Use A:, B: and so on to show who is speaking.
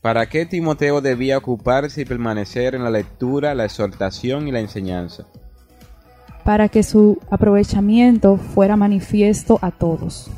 A: ¿Para qué Timoteo debía ocuparse y permanecer en la lectura, la exhortación y la enseñanza?
B: para que su aprovechamiento fuera manifiesto a todos.